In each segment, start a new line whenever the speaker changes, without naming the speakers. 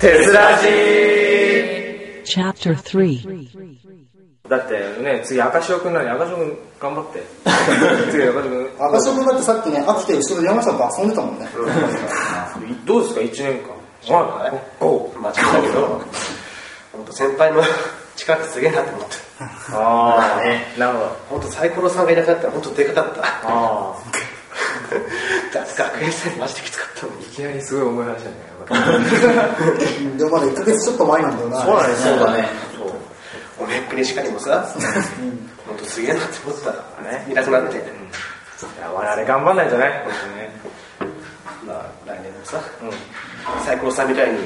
テスラジー
Chapter 3
だってね、次赤潮くんなのに赤潮くん頑張って。 次赤潮くん。
赤潮君だってさっきね、飽きて後ろで山下と遊んでたもんね。
どうですか、1年間。まあ、お
まあ、ちょっとだけど、本当先輩の近くすげえなと思って、
ああ、ね、なるほど。
本当サイコロさんがいなかったら、本当でかかった。
あ
だって学園生マジできつかったのに
あ、い。きなりすごい重い話だね。
でもまだ1ヶ月ちょっと前なんだよな。
そうなんですよ
だね。
おめっくにしかにもさ、本当すげえなって思ってた
ね
ね。いなくなって、
いや、我々頑張んないとね。本当にね
まあ、来年もさ、サイコロさんみたいに、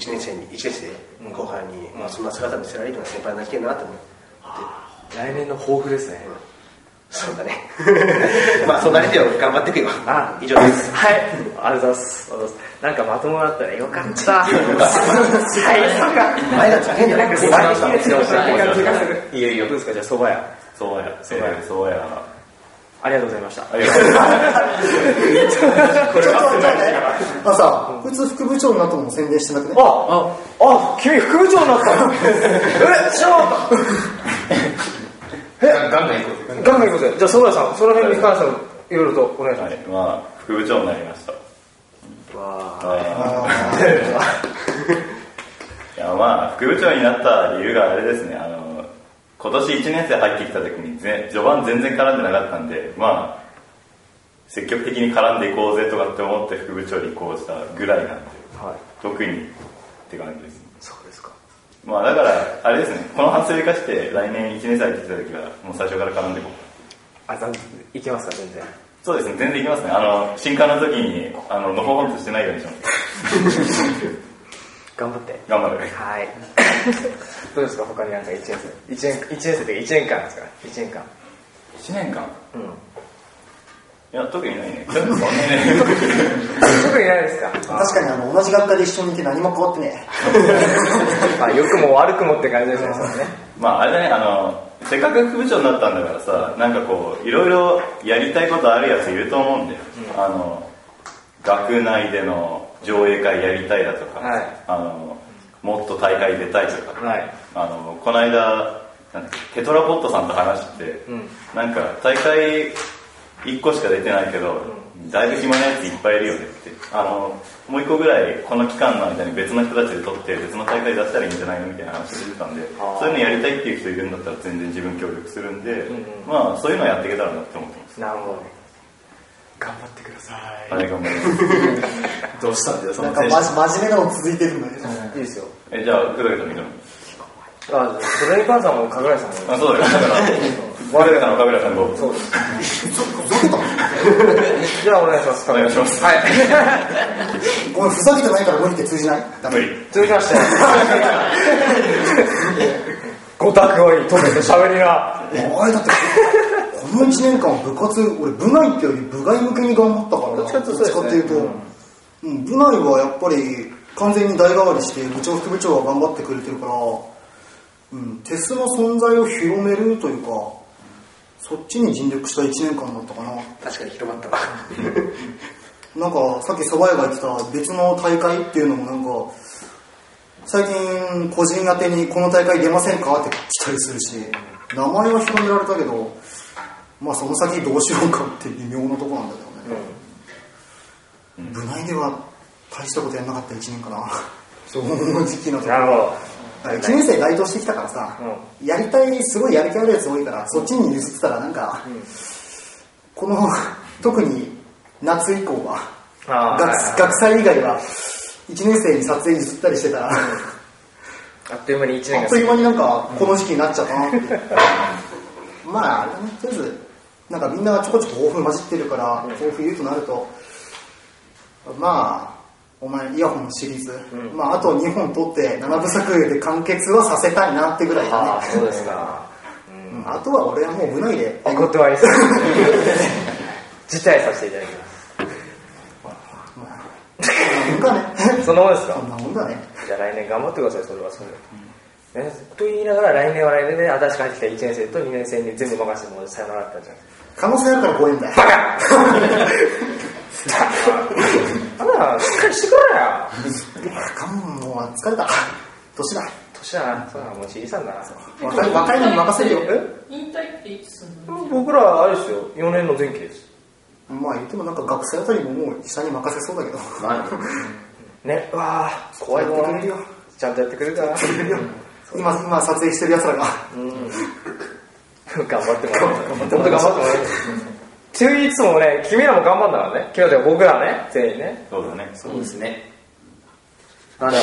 1年生に、1年生後輩に、まあ、そんな姿見せられるような先輩になりてえなと思って。
来年の抱負ですね。
そうだね。 まあ、そうなりてよ、頑張っていく よ。
あ
以上です。
はい。ありがとうございます。ありがとうございますなんかまともだったらよかった。はい、
前だって変じゃなくて、
いいよいいよ。どうですか、じゃあ、蕎麦屋。
そうや、そう
や
そうや。
ありがとうございました。
ちょっと待ってね。あのさ、こいつ副部長になったのも宣伝してなくね。
あ、あ、君副部長になったのえ、知らなかった。
ガンガン行こうぜ
ガンガン行こうぜ。じゃあ、蕎麦屋さん、その辺に関しても、いろいろとお願いしま
は
す。
い、まあ、副部長になりました。はい。いや、まあ、副部長になった理由があれですね、あの、今年1年生入ってきた時にぜ、序盤全然絡んでなかったんで、まあ、積極的に絡んでいこうぜとかって思って副部長に移行したぐらいなんで、
はい
特にって感じですね。
そうですか。
まあだから、あれですね、この反省を生かして、来年1年生入ってきた時は、もう最初から絡んでいこう。
あ、ざんいけますか、全然。
そうですね、全然いきますね。あの、新刊の時に、あの、のほほんとしてないようにします。
頑張って。
頑張る。
はい。どうですか、他になんか1年生。一年、一年生っていうか1年間ですから。1年間。
1年間
うん。
いや、特にないね。そ んなにね。
特にないですか。
確かにあの、同じ学科で一緒にいて何も変わってね
まあ、良くも悪くもって感じですね、それね。
まああれだね、あの、せっかく副部長になったんだからさ、なんかこう、いろいろやりたいことあるやついると思うんだよ。あの、学内での上映会やりたいだとか、
はい
あの、もっと大会出たいとか、
はい
あのこの間なんだっけテトラポットさんと話してて、
ん
なんか大会1個しか出てないけど、だいぶ暇なやついっぱいいるよねってあのもう1個ぐらいこの期間の間に別の人たちで撮って別の大会出したらいいんじゃないのみたいな話してたんで
あー
そういうのやりたいっていう人いるんだったら全然自分協力するんで、
ん
まあそういうのやっていけたらなって思ってます
なるほど。頑張ってください。
あれがもう
どうしたんだよ、
え。
そ
なんかまじ真面目なの続いてるんだけど。
いいですよ。
えじゃあ工藤君と見
あ、それに関さんも、神楽さんも。
あそうだよだから我らの神楽さんどう
そ
ぞ
うです。じゃあ、お願いします。
お願いします
はい。
ごめん、ふざけてないから無理って通じないダ
無
メ。
理
続きまして。ごたくはいい、とめて喋りな。
お前だって、この1年間部活、俺部内ってより部外向けに頑張ったからな。
どっちかっていうとそうですね
どっちかっていうとうん、部内はやっぱり完全に代替わりして、部長副部長は頑張ってくれてるから、うん、テスの存在を広めるというか、そっちに尽力した1年間だったかな。
確かに広まったわ。
なんかさっき蕎麦屋が言ってた別の大会っていうのもなんか最近個人宛てにこの大会出ませんかって来たりするし名前は広められたけどまあその先どうしようかって微妙なとこなんだけどね、部内では大したことやんなかった1年かなそうの時期 のとこ
なるほど。
1年生該当してきたからさ、やりたいすごいやる気あるやつ多いからそっちに譲ってたらなんか、この特に夏以降は
あー
学学祭以外は1年生に撮影譲ったりしてたらあ
あっという間に一年
っ
が
と
過
いう
ぎ
間になんかこの時期になっちゃったなって まああれだねとりあえずなんかみんなちょこちょこ抱負混じってるから抱負言うとなるとまあお前イヤホンのシリーズ、まああと2本取って7部作で完結はさせたいなってぐらい
あ
だ
あ、
ね
そうですか。
うんあとは俺はもう部内で
お断りする。辞退させていただきます。
なんかね
そんなもんですか
そんなもんだね
じゃあ来年頑張ってください、それはそれで。ね、と言いながら来年は来年で新しく入ってきた1年生と2年生に全部任せてもらうさよならだったんじゃない
可能性あるから5円だよ
バカです。あんなのしっかりしてくれよ。
あかん、もう疲れた。年だ。
年だな、そうだな、もうじいさんだな。
若い若いのに任せるよ。
引退っていつすんの
僕ら、あれですよ、4年の前期です。
まあ言ってもなんか学生あたりももう医者に任せそうだけど。
ね、うわあ怖い
や
わ
ってくれるよ
ちゃんとやってくれるかな。
今、今撮影してる奴 らが。
頑張ってもらう。本当頑張ってもらう。って言いつつもね、君らも頑張んだからね。君らというか僕らね、全員ね。
そうだね。
そうですね。
なんだ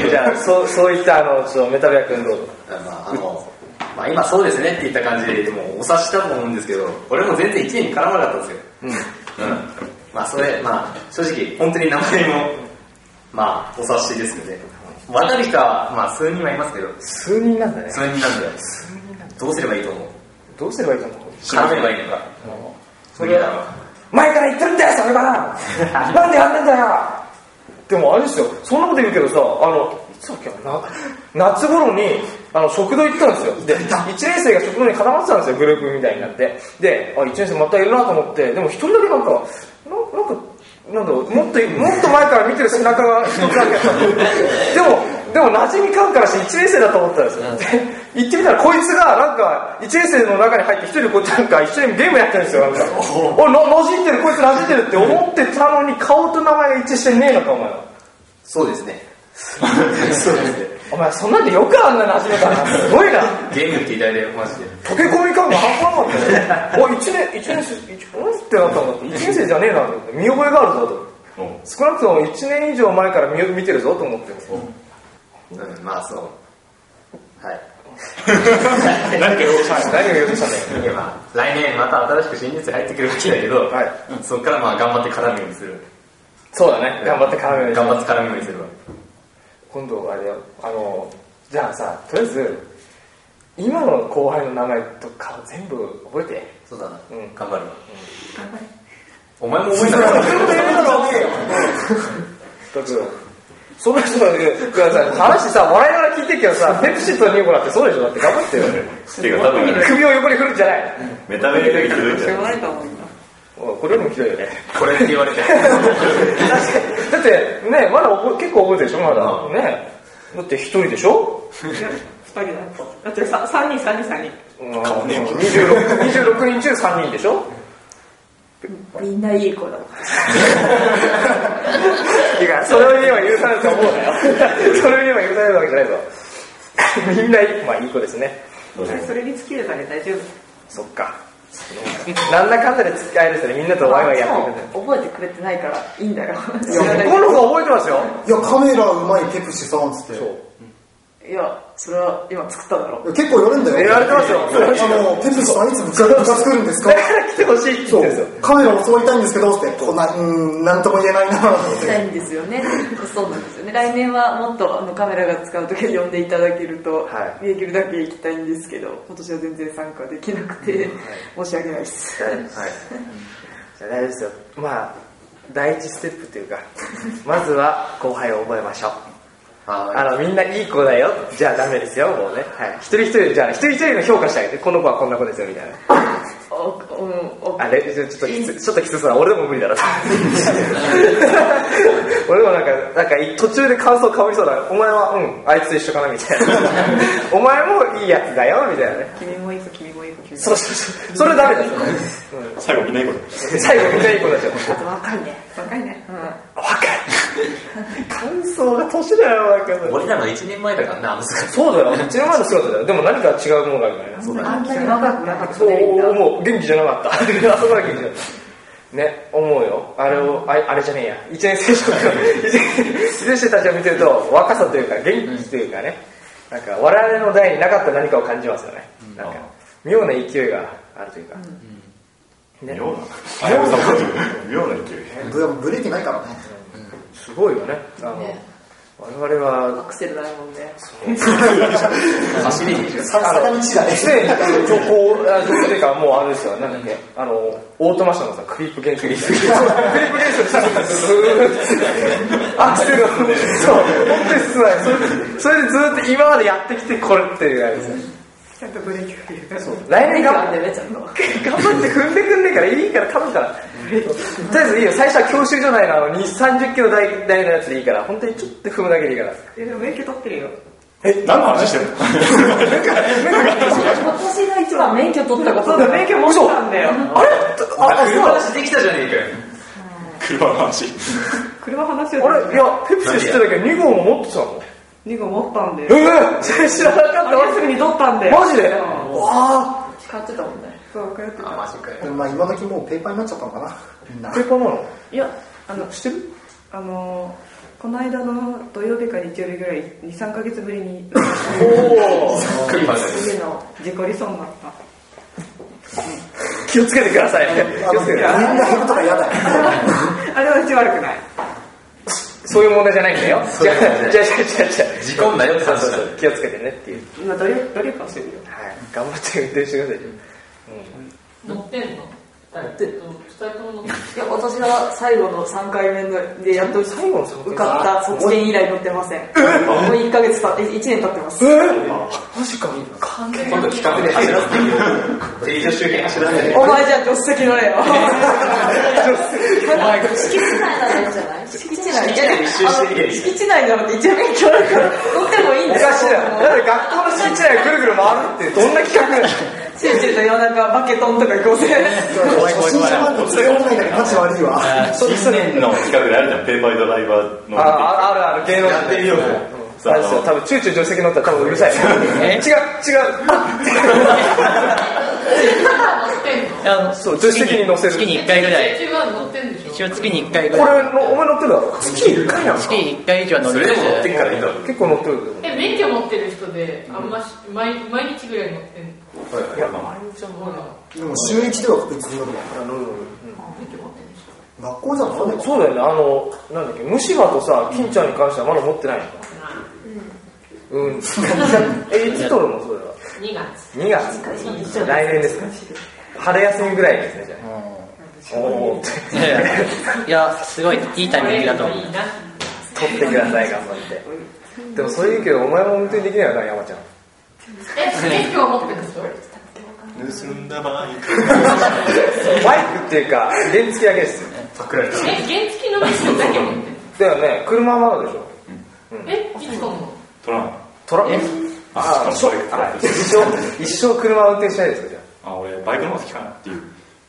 俺 じゃあ、そう、そういったあの、ちょっとメタルヤ君どうぞ。
まあ、あの、まあ今そうですねって言った感じで、もうお察しだと思うんですけど、俺も全然1年に絡まなかったんですよ。まあそれ、まあ正直、本当に名前も、まあお察しですので、わかる人は、まあ数人はいますけど、
数人なんだね
数。人なんで、どうすればいいと思う
どうすればいいと思う
絡めばいいのか。
それ前から言ってるんだよ、それ はなんでやんねんだよでもあれですよ、そんなこと言うけどさ、あの、いつだっけな、夏頃に、あの、食堂行ったんですよ。で、1年生が食堂に固まってたんですよ、グループみたいになって。で、あ、1年生またいるなと思って、でも一人だけなんか、ななんか、なんだろう、もっと、もっと前から見てる背中が一つだけだった。でも、でも馴染み感からして1年生だと思ったんですよ。で、 行ってみたらこいつがなんか、1年生の中に入って一人こうやってなんか一緒にゲームやってるんですよ、なんか。おい、な馴染んでる、こいつ馴染んでるって思ってたのに顔と名前が一致してねえのか、お前は。
そうです ね。そうですね。
お前、そんなんでよくあんな馴染めたな。すごいな。
ゲームって偉大だよ、マジで。
溶け込み感が半端なか ったよ。おい、1年、一年生、一うんってなったんだって、1年生じゃねえなと思って、見覚えがあるぞと。
も
少なくとも1年以上前から見見てるぞと思って。
うん、まあそう。はい。
何が言おうとしたんだよ。何が言おうとしたんだよ。
まあ、来年また新しく新入生入ってくるわけだけど、
はい
そこからまあ頑張って絡むようにする。
そうだね、頑張って絡める
頑張って絡むようにするわ。
今度あれだよあのじゃあさとりあえず今の後輩の名前とか全部覚えて
そうだな。
うん
頑張るわ。お前も覚えたから。
だってその人のください話さ笑いながら聞いてるけどさペプシとニコラってそうでしょだって頑 張ってよ
う、てか多分、
首を横に振るんじゃない
メタメタよりひどいんじゃない
れたもんな。
おいこれよりもひどいよね
これって言われて。
だってねまだおぼ結構覚えてるでしょま
う
だねだって一人でしょ
二人だだってさ三人三人三人。
うんね26 26人中3人でし ょ
みんないい子だ。
いや、それを言えば許されると思うなよ。それを言えば許されるわけじゃないぞ。みんないい、まあいい子ですね。
それに尽きるだけ大丈夫。
そっか。なんだかんだで付き合える人でみんなとワイワイやってくれてる。
覚えてくれてないからいいんだよ。
この子覚えてますよ。
いや、カメラうまいペプシさんっつって。
いや、それは今作っただろ。
結構言われるんだよ。
言われてますよ
あの、ペプシさんいつ部活部活来るんですか
だから 来てほしいって言
そ
ってるんですよ
う。。カメラを教わりたいんですけど、って。こんな、うーん、なんとも言えないな
行きたいんですよね。そうなんですよね。来年はもっとあのカメラが使う時に呼んでいただけると、
は
できるだけ行きたいんですけど、今年は全然参加できなくて、申し訳ないです。
はい。じゃあ大丈夫ですよ。まあ、第一ステップというか、まずは後輩を覚えましょう。あ
あ
の、みんないい子だよ。じゃあダメですよ、もうね。はい。一人一人、じゃあ一人一人の評価してあげて、この子はこんな子ですよ、みたいな。
おうんお
あれちょっときつちょっときつそうな俺でも無理だな 俺でもなんかなんか途中で感想かぶりそうだお前はうんあいつと一緒かなみたいなお前もいいやつだよみたいなね
君もいい子、君もいい子、君もいい子。
そうそうそうそれダメだよ、うん
最後見ないこと。
最後みんないい子だしょ
若いね。若いね。うん。
感想が年だよなんか
俺らの1年前だからな、あの姿。
そうだよ1年前の姿だよでも何か違うものがあるからね
あんなに長くなかった
そう
ね、みんな。
思う元気じゃなかったあそこだけ元気じゃなかったね思うよあれをああれじゃねえや一年生とか一年生たちを見てると若さというか元気というかね、なんか我々の代になかった何かを感じますよね、なんか妙な勢いがあるというか、ね
妙な。妙な妙な勢い。
ブブレーキないからね。
すごいよねあの
ね
我々は
アクセルないもんね。
走りに行く。
さ坂道だね。
すでに徐行あ徐行というかもうあれですよなんだっけあのオートマ車のさクリップ現象クリップ現象したんですよずーっとアクセルを踏んでそう本当に進まないそれそれでずーっと今までやってきてこれっていうあれですよ
ちゃんとブレーキかけるから。
来
ブレ
年
ーキ
頑
は
張
ね
っ
ちゃんと。
て頑張って踏んでくんねえからいいから頼むからとりあえずいいよ最初は教習所内のあの2 3 0キロ台台のやつでいいから本当にちょっと踏むだけでいいから
えでも免許取ってるよ
え、何の話してんの
私が一番免許取ったことだ免許持
嘘あれああそう
車
だ
話できたじゃねえかよ。
車の話。
車話を
あれいやペプシ知ってたけど2号も持ってたの
2個持ったんで
ええ知らなかっ
あれすぐに取ったんで
たマジで
うん
わあ
買ってたもんね
そう通ってた
マジかよ。
まあ今時もうペーパーになっちゃったのかなみんな
ペーパーなの
いやあのしてるあのこの間の土曜日か日曜日ぐらい23か月ぶりに
おお
家の事故りそうになった
気をつけてください
あ
気を
の
つ
み
け
ん
て
な減るとか嫌だ
あれはうち悪くない
そういう問題じゃないんだよ
そう
じ
い
ゃ
う
あ
問題
じゃあじゃあじゃあじゃあ
事故んだよって
そう
話
そう
だ
そ
よ
う気をつけてねっていう
今ドリドリッパーしてるよ
はい頑張って運転してください
乗ってんの二人とも乗っ
い
てんの
や私は最後の3回目でやっと
最後の3回目
受かった卒検以来乗ってませんもう1ヶ月た1年経ってます
えマジか関係
今度企画で走らせてみよう。営業周辺走らせてみよ
お前じゃあ助手席乗れよ
敷地内だねじゃない
敷地内
内で一周してみりゃいい
敷地内なので一応免許あるから乗ってもいいん
お
だよ
かしいだろだって学校の敷地内をぐるぐる回るってどんな企画だよ
チルチルと夜中バケトンとか行こうぜ
初心者まで伝えられないから価値悪い わ
新年の企画であるじゃん、ペーパードライバーの。
あああるある芸能人
やってみようぜ
そう
さああ
ですよ
の
多分チューチュー助手席乗ったら多分うるさい違う違う
乗ってんの
あの
そう助手席に乗せる
月に1回ぐらい
一応乗ってんでしょ
一応月に1回ぐ
こ
らい
れのお前乗ってるだろ月1回なの
月に1回以上は
う。
乗
そ
り
れ
ま
ですも乗ってっからいいだろ。
結構乗ってるけど
え免許持ってる人であんまし毎毎日ぐらい乗ってんの
いやまあ
じゃあほら
でも週一では別に乗るわ
あのうん
学校じゃ乗らないか
そうだよねあのなんだっけ虫歯とさ金ちゃんに関してはまだ持ってないのうん、 えいつ取るのそれは
2月
2月来年ですか春休みぐらいですねじゃあおおって
いやいやいやすごいいいタイミングだと思う
いいな
取ってください頑張ってでもそれ言うけどお前も運転できないよな山ちゃん
え免許は持ってるでしょ
盗んだバイク。
バイクっていうか原付だけですよ
え原付の免許だけ持ってんの
だよね車はまだでしょ
えいつかも
トラン。
トラ
え
ああそうあ一生一生車運転しないですかじゃあ
あ、俺、バイクの方が好きかなっていう。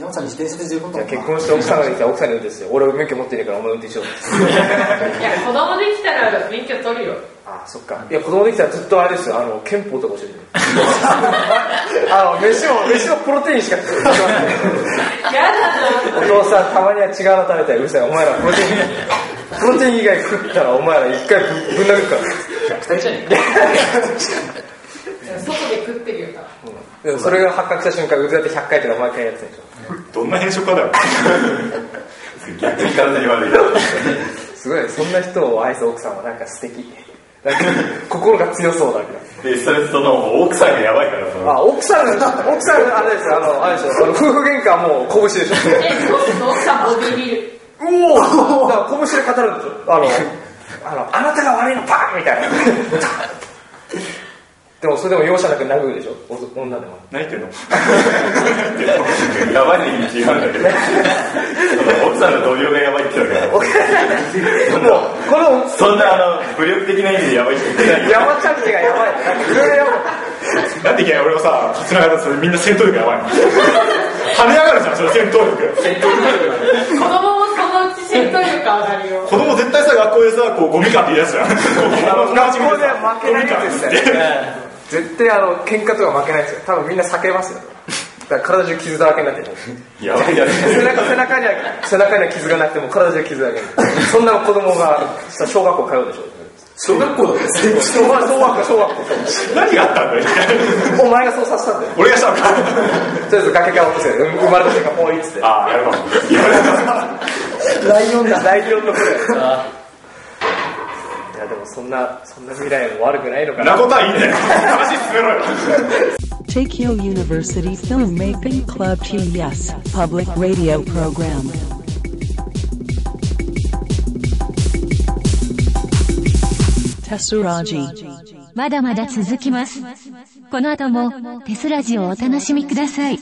山ちゃんに自転車で十分
じ
だ
ゃあ
も
結
んな
婚して奥さんができたら奥さんに運転してよ俺免許持ってねえからお前運転しよう
いや子供できたら免許取るよ
ああそっかいや子供できたらずっとあれですよあの憲法とか教えてるあの飯も飯もプロテインしか食って
やだ
ないお父さんたまには違うの食べたいうるさいお前らプロテインプロテイン以外食ったらお前ら一回ぶぶん殴るから
虐待じゃね
な外で食ってるよな
でもそれが発覚した瞬間腕立て100回とか毎回やってたでしょ
どんな変色かだよ。逆に体に悪いな。
すごいそんな人を愛す奥さんはなんか素敵なんか心が強そうだけど
で、それとの奥さんがやばいから、その
あ奥さんが奥さんがあれですよあのあれでしょあの夫婦喧嘩はもう拳でしょ
えそうの奥さんボディビル
おおだから拳で語るんですよあのあのあなたが悪いのパーンみたいなでもそれでも容赦なく殴るでしょお女で も
何言ってんのやばいね、違うんだけど。その奥さんの同僚がやばいって言うから。
もうこの
そんなあの武力的な意味でやばい人いないよ。
山ちゃん家がやばいなんかいろいろやばい
なんでいけない俺もさ、勝ちながらそれみんな戦闘力やばいの。跳ね上がるじゃん、その戦闘力。
子供もそのうち戦闘力上がるよ
子供絶対さ、学校でさ、こうゴミかって言い出すじゃん。
学校で負けないやつですよね絶対あの喧嘩とか負けないですよ多分みんな避けますよだから体中傷だらけになってる
やばいやつ。
背中背中には背中には傷がなくても体中傷だらけそんな子供がさ小学校通うでしょ
小学校だよ。
小学校小学校小学
何があったんだよ、一体
校お前がそうさせたんだよ
俺がしたのか。
とりあえず崖から落とせる生まれた瞬間もういいっつって
ああ、やるかも。やばい
ライオンだライオンの声いやでもそんなそんな未来も悪くないのかな
なことはいいんだよ。話進めろよ。
Tokyo University Filmmaking Club TES Public Radio Program. Tessuraji.
まだまだ続きます。この後もテスラジをお楽しみください。